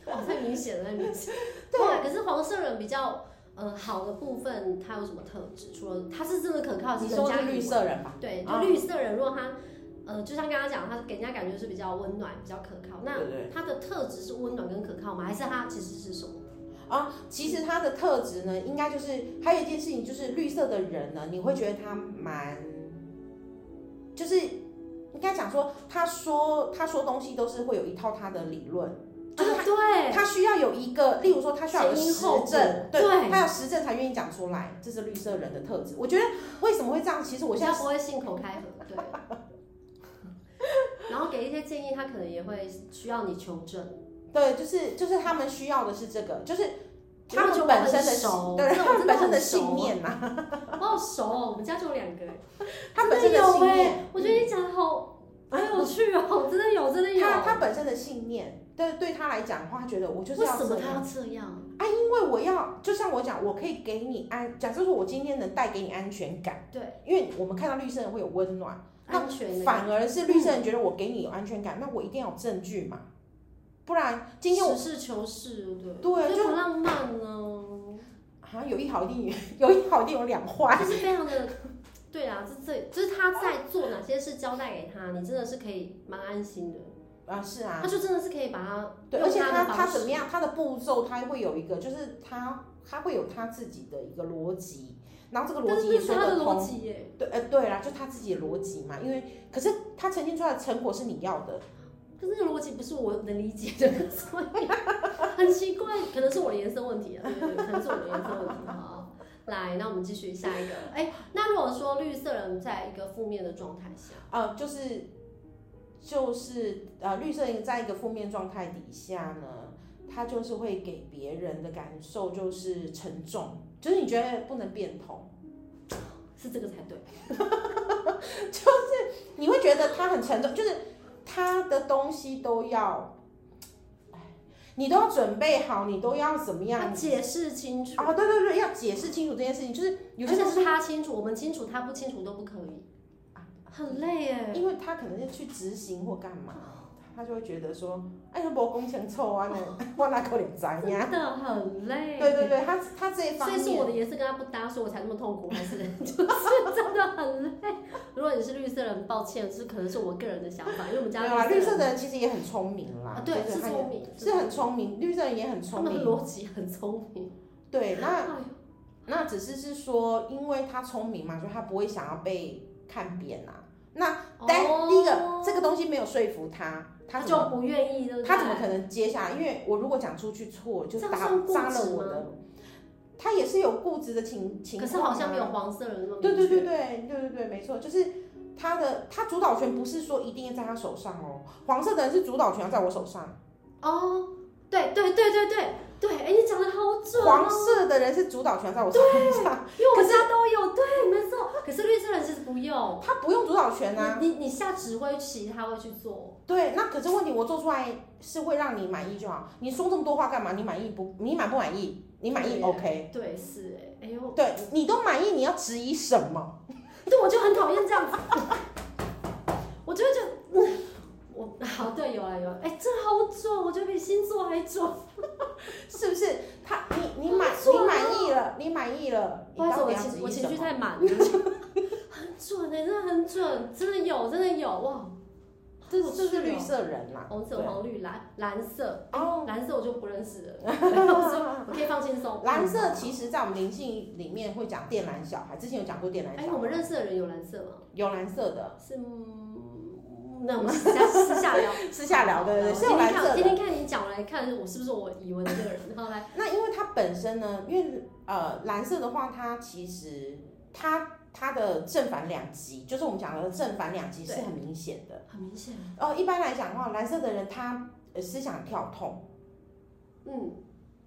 [SPEAKER 2] 哇，太迷明显，很明显。
[SPEAKER 1] 对
[SPEAKER 2] 哇，可是黄色人比较呃好的部分，他有什么特质？除了他是真的可靠，
[SPEAKER 1] 你
[SPEAKER 2] 是
[SPEAKER 1] 说
[SPEAKER 2] 人
[SPEAKER 1] 的
[SPEAKER 2] 家
[SPEAKER 1] 是绿色人吧？
[SPEAKER 2] 对，就
[SPEAKER 1] 啊
[SPEAKER 2] 绿色人，如果他呃，就像刚刚讲，他给人家感觉是比较温暖、比较可靠。那
[SPEAKER 1] 对对
[SPEAKER 2] 他的特质是温暖跟可靠吗？还是他其实是什么？
[SPEAKER 1] 啊，其实他的特质呢，应该就是还有一件事情，就是绿色的人呢，你会觉得他蛮，就是应该讲说，他说他说东西都是会有一套他的理论，就是
[SPEAKER 2] 啊对，
[SPEAKER 1] 他需要有一个，例如说他需要有
[SPEAKER 2] 前因
[SPEAKER 1] 实
[SPEAKER 2] 后果
[SPEAKER 1] 证，对，
[SPEAKER 2] 对
[SPEAKER 1] 他要实证才愿意讲出来，这是绿色人的特质。我觉得为什么会这样？其实我
[SPEAKER 2] 比
[SPEAKER 1] 现
[SPEAKER 2] 较
[SPEAKER 1] 在
[SPEAKER 2] 不会信口开河，对。然后给一些建议，他可能也会需要你求证。
[SPEAKER 1] 对，就是就是他们需要的是这个，就是他
[SPEAKER 2] 就
[SPEAKER 1] 们本身的
[SPEAKER 2] 熟，
[SPEAKER 1] 对
[SPEAKER 2] 这种
[SPEAKER 1] 他们
[SPEAKER 2] 真的
[SPEAKER 1] 本身的
[SPEAKER 2] 很熟啊
[SPEAKER 1] 信，念呐、
[SPEAKER 2] 我好熟哦，我们家就有两个。
[SPEAKER 1] 他本身
[SPEAKER 2] 真的有
[SPEAKER 1] 信
[SPEAKER 2] 欸
[SPEAKER 1] 念，
[SPEAKER 2] 我觉得你讲的好好有趣哦，真的有，真的有。
[SPEAKER 1] 啊他他本身的信念，对对他来讲的话，他觉得我就是
[SPEAKER 2] 为
[SPEAKER 1] 要
[SPEAKER 2] 什
[SPEAKER 1] 这
[SPEAKER 2] 么他
[SPEAKER 1] 样
[SPEAKER 2] 要这样？
[SPEAKER 1] 啊，因为我要，就像我讲，我可以给你安，假设说我今天能带给你安全感，
[SPEAKER 2] 对，
[SPEAKER 1] 因为我们看到绿色人会有温暖，那
[SPEAKER 2] 安全的感
[SPEAKER 1] 反而是绿色人觉得我给你有安全感，那我一定要有证据嘛，不然今天我
[SPEAKER 2] 实事求是，对不
[SPEAKER 1] 对
[SPEAKER 2] 就
[SPEAKER 1] 就
[SPEAKER 2] 不浪漫呢，
[SPEAKER 1] 好啊像有一好一定有 有一好一定有两坏，
[SPEAKER 2] 就是非常的，对啊，这这就是他在做哪些事交代给他，你真的是可以蛮安心的，
[SPEAKER 1] 啊是啊
[SPEAKER 2] 他，就真的是可以把他，
[SPEAKER 1] 对，
[SPEAKER 2] 用
[SPEAKER 1] 而且
[SPEAKER 2] 他
[SPEAKER 1] 他
[SPEAKER 2] 的
[SPEAKER 1] 他
[SPEAKER 2] 方
[SPEAKER 1] 怎
[SPEAKER 2] 式
[SPEAKER 1] 么样，他的步骤他会有一个，就是他他会有他自己的一个逻辑，然后这个
[SPEAKER 2] 但
[SPEAKER 1] 逻
[SPEAKER 2] 是
[SPEAKER 1] 辑
[SPEAKER 2] 那
[SPEAKER 1] 也
[SPEAKER 2] 是
[SPEAKER 1] 说
[SPEAKER 2] 他
[SPEAKER 1] 得
[SPEAKER 2] 的逻
[SPEAKER 1] 通。
[SPEAKER 2] 辑耶，
[SPEAKER 1] 对，呃，对啦，就他自己的逻辑嘛，因为可是他呈现出来的成果是你要的，
[SPEAKER 2] 可是那个逻辑不是我能理解的， 所以啊很奇怪，可能是我的颜色问题啊，对对对，可能是我的颜色问题。好，来，那我们继续下一个。哎，那如果说绿色人在一个负面的状态下，
[SPEAKER 1] 呃，就是就是呃，绿色在一个负面状态底下呢，他就是会给别人的感受就是沉重，就是你觉得不能变通，
[SPEAKER 2] 是这个才对，
[SPEAKER 1] 你会觉得他很沉重，就是他的东西都要，哎，你都要准备好，你都要怎么
[SPEAKER 2] 他
[SPEAKER 1] 样？
[SPEAKER 2] 解释清楚。
[SPEAKER 1] 啊，对对对，要解释清楚这件事情，就是有
[SPEAKER 2] 而
[SPEAKER 1] 些
[SPEAKER 2] 且
[SPEAKER 1] 东西
[SPEAKER 2] 是他清楚，我们清楚，他不清楚都不可以，啊很累耶。
[SPEAKER 1] 因为他可能是去执行或干嘛，他就会觉得说，哎，我无工程臭啊，那 我哪可能知呀？
[SPEAKER 2] 真的很累，
[SPEAKER 1] 啊对对对，他他这一方
[SPEAKER 2] 所以
[SPEAKER 1] 面，
[SPEAKER 2] 是我的颜色跟他不搭，所以我才那么痛苦，还是 就是真的很累。如果你是绿色人，抱歉，这可能是我个人的想法，因为我
[SPEAKER 1] 对
[SPEAKER 2] 们家
[SPEAKER 1] 啊，绿
[SPEAKER 2] 绿
[SPEAKER 1] 色
[SPEAKER 2] 色人
[SPEAKER 1] 的人其实也很聪明啦
[SPEAKER 2] 啊，，对，
[SPEAKER 1] 就是他也
[SPEAKER 2] 聪明，
[SPEAKER 1] 是很聪明，绿色人也很
[SPEAKER 2] 他
[SPEAKER 1] 聪
[SPEAKER 2] 们的
[SPEAKER 1] 明，
[SPEAKER 2] 逻辑很聪明。
[SPEAKER 1] 对，那
[SPEAKER 2] 哎呦
[SPEAKER 1] 那只是是说，因为他聪明嘛，所以他不会想要被看扁啊。那但
[SPEAKER 2] 哦
[SPEAKER 1] 第一个这个东西没有说服他，他
[SPEAKER 2] 他
[SPEAKER 1] 怎么
[SPEAKER 2] 就不愿意，对不对
[SPEAKER 1] 他怎么可能接下来？因为我如果讲出去错，就
[SPEAKER 2] 这
[SPEAKER 1] 打
[SPEAKER 2] 样算固执
[SPEAKER 1] 扎了我的。他也是有固执的情情
[SPEAKER 2] 可
[SPEAKER 1] 况、啊，
[SPEAKER 2] 是好像没有黄色人那么
[SPEAKER 1] 对对对
[SPEAKER 2] 明确，
[SPEAKER 1] 对对对对，没错，就是他的他主导权不是说一定要在他手上哦，黄色的人是主导权要在我手上，
[SPEAKER 2] 哦，对对对对对对，哎，你讲的好准哦
[SPEAKER 1] 黄啊色的人是主导权在我手上，
[SPEAKER 2] 因为我们家都有，对，没错。可是绿色人其实不用，
[SPEAKER 1] 他不用主导权啊。
[SPEAKER 2] 你你你下指挥棋，他会去做。
[SPEAKER 1] 对，那可是问题，我做出来是会让你满意就好，你说这么多话干嘛？你满意不？你满不满意？你满意
[SPEAKER 2] 对
[SPEAKER 1] ，OK。
[SPEAKER 2] 对，是哎、哎呦，
[SPEAKER 1] 对你都满意，你要质疑什么？
[SPEAKER 2] 对，我就很讨厌这样子， 我就会觉得，嗯我好对，有啊有啊，哎、这好准，我觉得比星座还准。
[SPEAKER 1] 是不是？他你你满
[SPEAKER 2] 不
[SPEAKER 1] 你
[SPEAKER 2] 错啊
[SPEAKER 1] 满意了，你满意了，你
[SPEAKER 2] 不好意思，
[SPEAKER 1] 到
[SPEAKER 2] 我
[SPEAKER 1] 底要质
[SPEAKER 2] 情我
[SPEAKER 1] 疑
[SPEAKER 2] 情
[SPEAKER 1] 什
[SPEAKER 2] 绪
[SPEAKER 1] 么？
[SPEAKER 2] 太满了， 很准哎、真的很准，真的有，真的有哇，
[SPEAKER 1] 这
[SPEAKER 2] 好
[SPEAKER 1] 这是
[SPEAKER 2] 趣哦
[SPEAKER 1] 绿色人啦，
[SPEAKER 2] 红紫
[SPEAKER 1] 对
[SPEAKER 2] 黄绿蓝蓝色，
[SPEAKER 1] 哦，
[SPEAKER 2] 蓝色我就不认 识了，我说我可以放轻松。嗯
[SPEAKER 1] 蓝色其实，在我们灵性里面会讲靛蓝小孩，之前有讲过靛蓝小
[SPEAKER 2] 哎、
[SPEAKER 1] 孩。
[SPEAKER 2] 我们认识的人有蓝色吗？
[SPEAKER 1] 有蓝色的，
[SPEAKER 2] 是，嗯那我们私下 私下聊，
[SPEAKER 1] 私下聊，对对对，
[SPEAKER 2] 好
[SPEAKER 1] 是有蓝
[SPEAKER 2] 我
[SPEAKER 1] 色
[SPEAKER 2] 听听
[SPEAKER 1] 的。
[SPEAKER 2] 看，听听看你讲，我来看我是不是我以为的那个人。好来，
[SPEAKER 1] 那因为它本身呢，因为呃蓝色的话，它其实它它的正反两极，就是我们讲的正反两极是
[SPEAKER 2] 对
[SPEAKER 1] 很明显的。
[SPEAKER 2] 很明显，
[SPEAKER 1] 哦，一般来讲的话，蓝色的人他呃思想跳痛，
[SPEAKER 2] 嗯，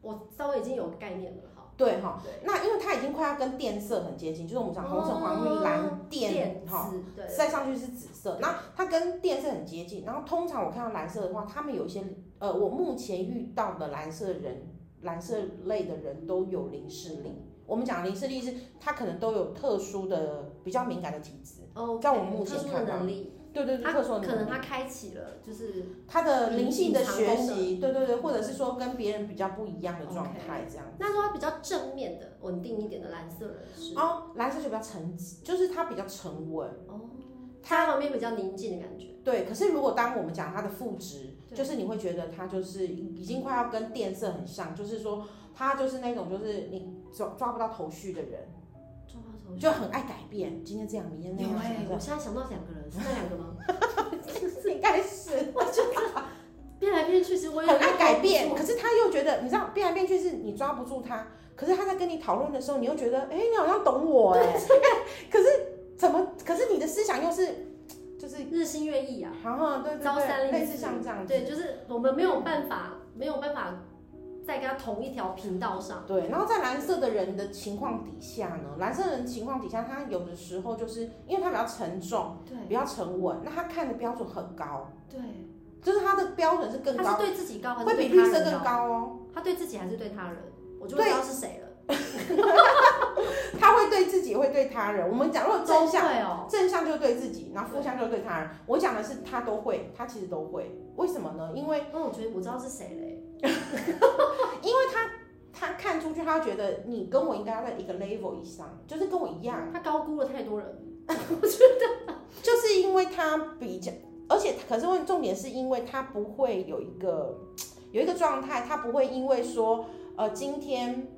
[SPEAKER 2] 我稍微已经有个概念了，好，
[SPEAKER 1] 哦对哈、
[SPEAKER 2] 对，
[SPEAKER 1] 那因为他已经快要跟电色很接近，就是我们讲红橙黄绿
[SPEAKER 2] 哦
[SPEAKER 1] 蓝靛
[SPEAKER 2] 电
[SPEAKER 1] 哈、
[SPEAKER 2] 子，对，
[SPEAKER 1] 再上去是紫色，那它跟电色很接近。然后通常我看到蓝色的话，他们有一些呃，我目前遇到的蓝色人、蓝色类的人都有淋视力，我们讲的林氏力是，他可能都有特殊的、比较敏感的体质。
[SPEAKER 2] 哦，
[SPEAKER 1] 在我目前
[SPEAKER 2] 特殊的
[SPEAKER 1] 看到
[SPEAKER 2] 能力，
[SPEAKER 1] 对对对，
[SPEAKER 2] 他
[SPEAKER 1] 特殊的
[SPEAKER 2] 可
[SPEAKER 1] 能
[SPEAKER 2] 能
[SPEAKER 1] 力
[SPEAKER 2] 他开启了，就是
[SPEAKER 1] 他的灵性的学习，
[SPEAKER 2] 隐藏功能
[SPEAKER 1] 对对对，或者是说跟别人比较不一样的状态这样。
[SPEAKER 2] 那说比较正面的、稳定一点的蓝色人士，
[SPEAKER 1] 哦，蓝色就比较沉，就是他比较沉稳。
[SPEAKER 2] 哦，他
[SPEAKER 1] 他
[SPEAKER 2] 旁边比较宁静的感觉，
[SPEAKER 1] 对，可是如果当我们讲它的负值，
[SPEAKER 2] 对
[SPEAKER 1] 就是你会觉得它就是已经快要跟电色很像，就是说他就是那种就是你抓抓不到头绪的人，
[SPEAKER 2] 抓到头绪
[SPEAKER 1] 就很爱改变，今天这样，明天那
[SPEAKER 2] 有
[SPEAKER 1] 样，
[SPEAKER 2] 哎、
[SPEAKER 1] 什么
[SPEAKER 2] 我现在想到两个人，是那两 个吗？
[SPEAKER 1] 的， 应该 是
[SPEAKER 2] 变来变去，其实我也
[SPEAKER 1] 很爱改变。
[SPEAKER 2] 搞不
[SPEAKER 1] 可
[SPEAKER 2] 住
[SPEAKER 1] 是他又觉得，你知道变来变去是你抓不住他，可是他在跟你讨论的时候，你又觉得，哎、你好像懂我哎、 可是怎么？可是你的思想又是就是，
[SPEAKER 2] 日新月异啊，
[SPEAKER 1] 好像对对
[SPEAKER 2] 朝三
[SPEAKER 1] 对，
[SPEAKER 2] 暮
[SPEAKER 1] 类似
[SPEAKER 2] 四
[SPEAKER 1] 像这样子，
[SPEAKER 2] 对，就是我们没有办法，没有办法在跟他同一条频道上，
[SPEAKER 1] 对，然后在蓝色的人的情况底下呢，蓝色人情况底下，他有的时候就是因为他比较沉重，
[SPEAKER 2] 对
[SPEAKER 1] 比较沉稳，那他看的标准很高，
[SPEAKER 2] 对，
[SPEAKER 1] 就是他的标准是更
[SPEAKER 2] 他是
[SPEAKER 1] 高，
[SPEAKER 2] 对自己高还
[SPEAKER 1] 会
[SPEAKER 2] 是
[SPEAKER 1] 比
[SPEAKER 2] 对
[SPEAKER 1] 绿
[SPEAKER 2] 他
[SPEAKER 1] 色
[SPEAKER 2] 人
[SPEAKER 1] 更？高哦。
[SPEAKER 2] 他对自己还是对他人，我就会
[SPEAKER 1] 对
[SPEAKER 2] 知道是谁了。
[SPEAKER 1] 他会对自己，会对他人。我们讲如果正向，
[SPEAKER 2] 对哦，
[SPEAKER 1] 正向就对自己，然后负向就对他人。我讲的是他都会，他其实都会。为什么呢？因为
[SPEAKER 2] 那我觉得我知道是谁嘞。
[SPEAKER 1] 他看出去，他觉得你跟我应该要在一个 level 以上，就是跟我一样。
[SPEAKER 2] 他高估了太多人，
[SPEAKER 1] 就是因为他比较，而且可是问重点是因为他不会有一个有一个状态，他不会因为说呃今天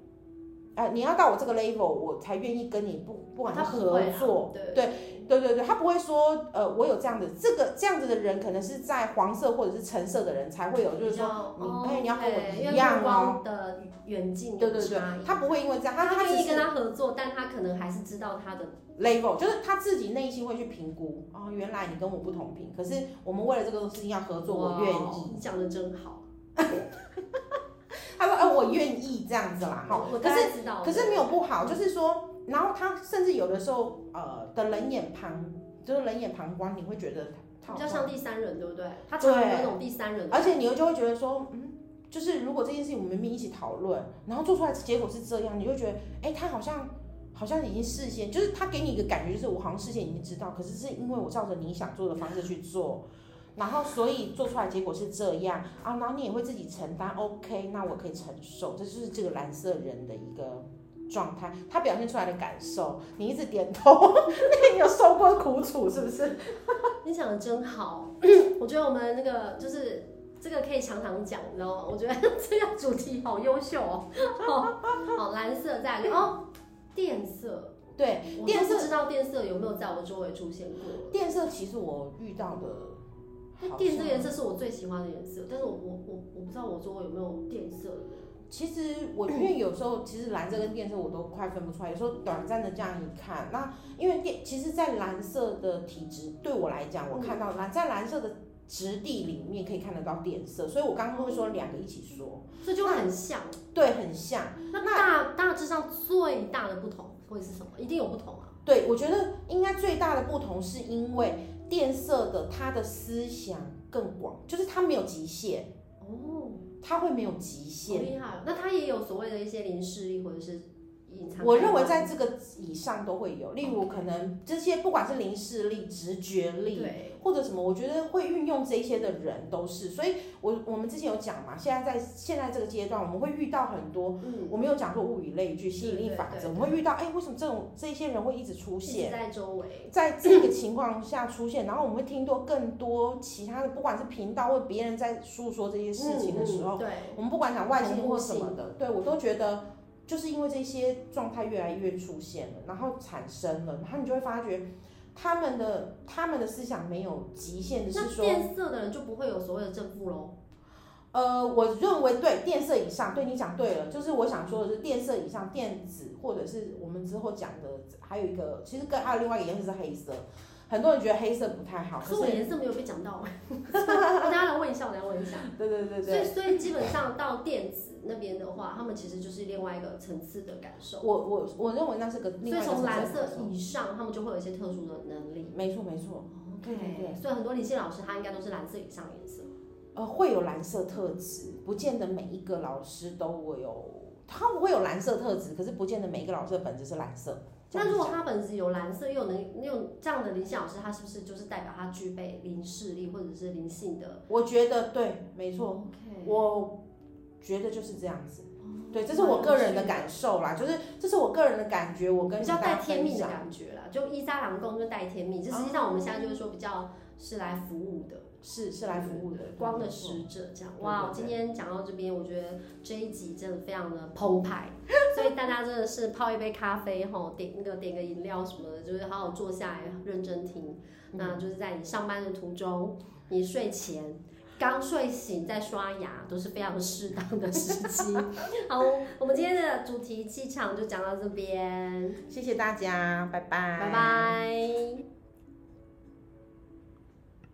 [SPEAKER 1] 呃你要到我这个 level 我才愿意跟你不不管是
[SPEAKER 2] 他不
[SPEAKER 1] 合
[SPEAKER 2] 会啊啦
[SPEAKER 1] 作。
[SPEAKER 2] 对
[SPEAKER 1] 对对对，他不会说，呃，我有这样的这个这样子的人，可能是在黄色或者是橙色的人才会有，就是说，
[SPEAKER 2] 说
[SPEAKER 1] 你哎你要跟我一
[SPEAKER 2] 因为
[SPEAKER 1] 样哦
[SPEAKER 2] 目光的远近有
[SPEAKER 1] 对对对
[SPEAKER 2] 差异，
[SPEAKER 1] 他不会因为这样，他
[SPEAKER 2] 他
[SPEAKER 1] 他只
[SPEAKER 2] 愿意跟
[SPEAKER 1] 是
[SPEAKER 2] 他合作，但他可能还是知道他的
[SPEAKER 1] level，就是他自己内心会去评估，哦，原来你跟我不同频，可是我们为了这个事情要合作，我愿意。
[SPEAKER 2] 哦你讲的真好，
[SPEAKER 1] 他说，哎、我愿意这样子啦，哈。可
[SPEAKER 2] 我大
[SPEAKER 1] 是
[SPEAKER 2] 概知道了，
[SPEAKER 1] 可是没有不好，就是说，然后他甚至有的时候，呃，的冷眼旁，就是冷眼旁观，你会觉得他好
[SPEAKER 2] 比较
[SPEAKER 1] 像
[SPEAKER 2] 像第三人，对不对？他常常有那种第三人的，
[SPEAKER 1] 而且你又就会觉得说，嗯，就是如果这件事情我们明明一起讨论，然后做出来的结果是这样，你就觉得，哎、他好像好像已经事先，就是他给你一个感觉，就是我好像事先已经知道，可是是因为我照着你想做的方式去做。然后，所以做出来的结果是这样啊，然后你也会自己承担，OK，那我可以承受，这就是这个蓝色人的一个状态，他表现出来的感受。你一直点头， 那你有受过苦楚是不是？
[SPEAKER 2] 你讲的真好， 我觉得我们那个就是这个可以常常讲，你知道吗？我觉得 这个主题好优秀哦，好好蓝色在哦，电色，
[SPEAKER 1] 对，
[SPEAKER 2] 我
[SPEAKER 1] 电
[SPEAKER 2] 都
[SPEAKER 1] 色
[SPEAKER 2] 不知道电色有没有在我周围出现过。
[SPEAKER 1] 电色其实我遇到的好哦
[SPEAKER 2] 电这
[SPEAKER 1] 像
[SPEAKER 2] 个颜色是我最喜欢的颜色，但是我我我我不知道我周围有没有电色的人。
[SPEAKER 1] 其实我因为有时候其实蓝色跟电色我都快分不出来，有时候短暂的这样一看，那因为电其实，在蓝色的体质对我来讲，我看
[SPEAKER 2] 嗯
[SPEAKER 1] 到蓝在蓝色的质地里面可以看得到电色，所以我刚刚会说两个一起说，
[SPEAKER 2] 这就很像。啊
[SPEAKER 1] 对，很像。
[SPEAKER 2] 那大大致上最大的不同会是什么？一定有不同啊。
[SPEAKER 1] 对我觉得应该最大的不同是因为电色的它的思想更广，就是它没有极限，
[SPEAKER 2] 哦，
[SPEAKER 1] 它会没有极
[SPEAKER 2] 好
[SPEAKER 1] 限。
[SPEAKER 2] 厉害哦！那它也有所谓的一些零视力或者是隐藏。
[SPEAKER 1] 我认为在这个以上都会有，例
[SPEAKER 2] 哦
[SPEAKER 1] 如可能这些不管是零视力、直觉力，
[SPEAKER 2] 对
[SPEAKER 1] 或者什么，我觉得会运用这一些的人都是，所以我我们之前有讲嘛，现在在现在这个阶段，我们会遇到很多，
[SPEAKER 2] 嗯，
[SPEAKER 1] 我们有讲过物以类聚，吸引力
[SPEAKER 2] 对
[SPEAKER 1] 法
[SPEAKER 2] 对
[SPEAKER 1] 则，我
[SPEAKER 2] 对
[SPEAKER 1] 们会遇到，哎，为什么这种这一些人会一直出
[SPEAKER 2] 一直
[SPEAKER 1] 现？
[SPEAKER 2] 在周围。
[SPEAKER 1] 在这个情况下出现，然后我们会听多更多其他的，不管是频道或别人在诉说这些事情的时候，
[SPEAKER 2] 嗯嗯对，
[SPEAKER 1] 我们不管讲外星或什么的，对我都觉得就是因为这些状态越来越出现了，然后产生了，然后你就会发觉他们的他们的思想没有极限的是
[SPEAKER 2] 那
[SPEAKER 1] 说，
[SPEAKER 2] 电色的人就不会有所谓的正负喽。
[SPEAKER 1] 呃，我认为对电色以上，对你讲对了，就是我想说的是电色以上，电子或者是我们之后讲的还有一个，其实跟还有另外一个颜色是黑色，很多人觉得黑色不太好，
[SPEAKER 2] 可
[SPEAKER 1] 啊可
[SPEAKER 2] 是我
[SPEAKER 1] 是
[SPEAKER 2] 颜色没有被 讲到，我等一下来问一下，我等一下问一下。
[SPEAKER 1] 对对对
[SPEAKER 2] 所以
[SPEAKER 1] 对。
[SPEAKER 2] 所以基本上到电子那边的话，他们其实就是另外一个层次的感受。
[SPEAKER 1] 我我我认为那是个另外
[SPEAKER 2] 所以
[SPEAKER 1] 一个
[SPEAKER 2] 从蓝
[SPEAKER 1] 是正
[SPEAKER 2] 色
[SPEAKER 1] 常的
[SPEAKER 2] 以上，他们就会有一些特殊的能力。
[SPEAKER 1] 没错没错，对对对
[SPEAKER 2] 所以很多理性老师他应该都是蓝色以上颜色。
[SPEAKER 1] 呃，会有蓝色特质，不见得每一个老师都会有它不会有蓝色特质，可是不见得每一个老师的本质是蓝色。这样
[SPEAKER 2] 那如果
[SPEAKER 1] 讲
[SPEAKER 2] 他本质有蓝色，又能又这样的灵性老师，他是不是就是代表他具备灵视力或者是灵性的？
[SPEAKER 1] 我觉得对，没错，
[SPEAKER 2] OK，
[SPEAKER 1] 我觉得就是这样子。
[SPEAKER 2] 嗯哦
[SPEAKER 1] 对，这是我个人的
[SPEAKER 2] 蛮有
[SPEAKER 1] 感受啦，就是这是我个人的感觉，我
[SPEAKER 2] 趣的，
[SPEAKER 1] 跟
[SPEAKER 2] 比较带
[SPEAKER 1] 大家
[SPEAKER 2] 天
[SPEAKER 1] 分
[SPEAKER 2] 命的
[SPEAKER 1] 享。
[SPEAKER 2] 感觉啦，就一家郎共就带天命。这实际上我们现在就是说比较是来服务的。
[SPEAKER 1] 是是来服务的
[SPEAKER 2] 嗯光的
[SPEAKER 1] 师。
[SPEAKER 2] 使者这样。
[SPEAKER 1] 对
[SPEAKER 2] 哇，
[SPEAKER 1] 对对
[SPEAKER 2] 今天讲到这边，我觉得这一集真的非常的澎 湃，所以大家真的是泡一杯咖啡吼，点那个点个饮料什么的，就是好好坐下来认真听。
[SPEAKER 1] 嗯
[SPEAKER 2] 那就是在你上班的途中，你睡前。刚睡醒在刷牙都是非常适当的 时机。好，我们今天的主
[SPEAKER 1] 嗯
[SPEAKER 2] 题气场就讲到这边，
[SPEAKER 1] 谢谢大家，拜拜，
[SPEAKER 2] 拜拜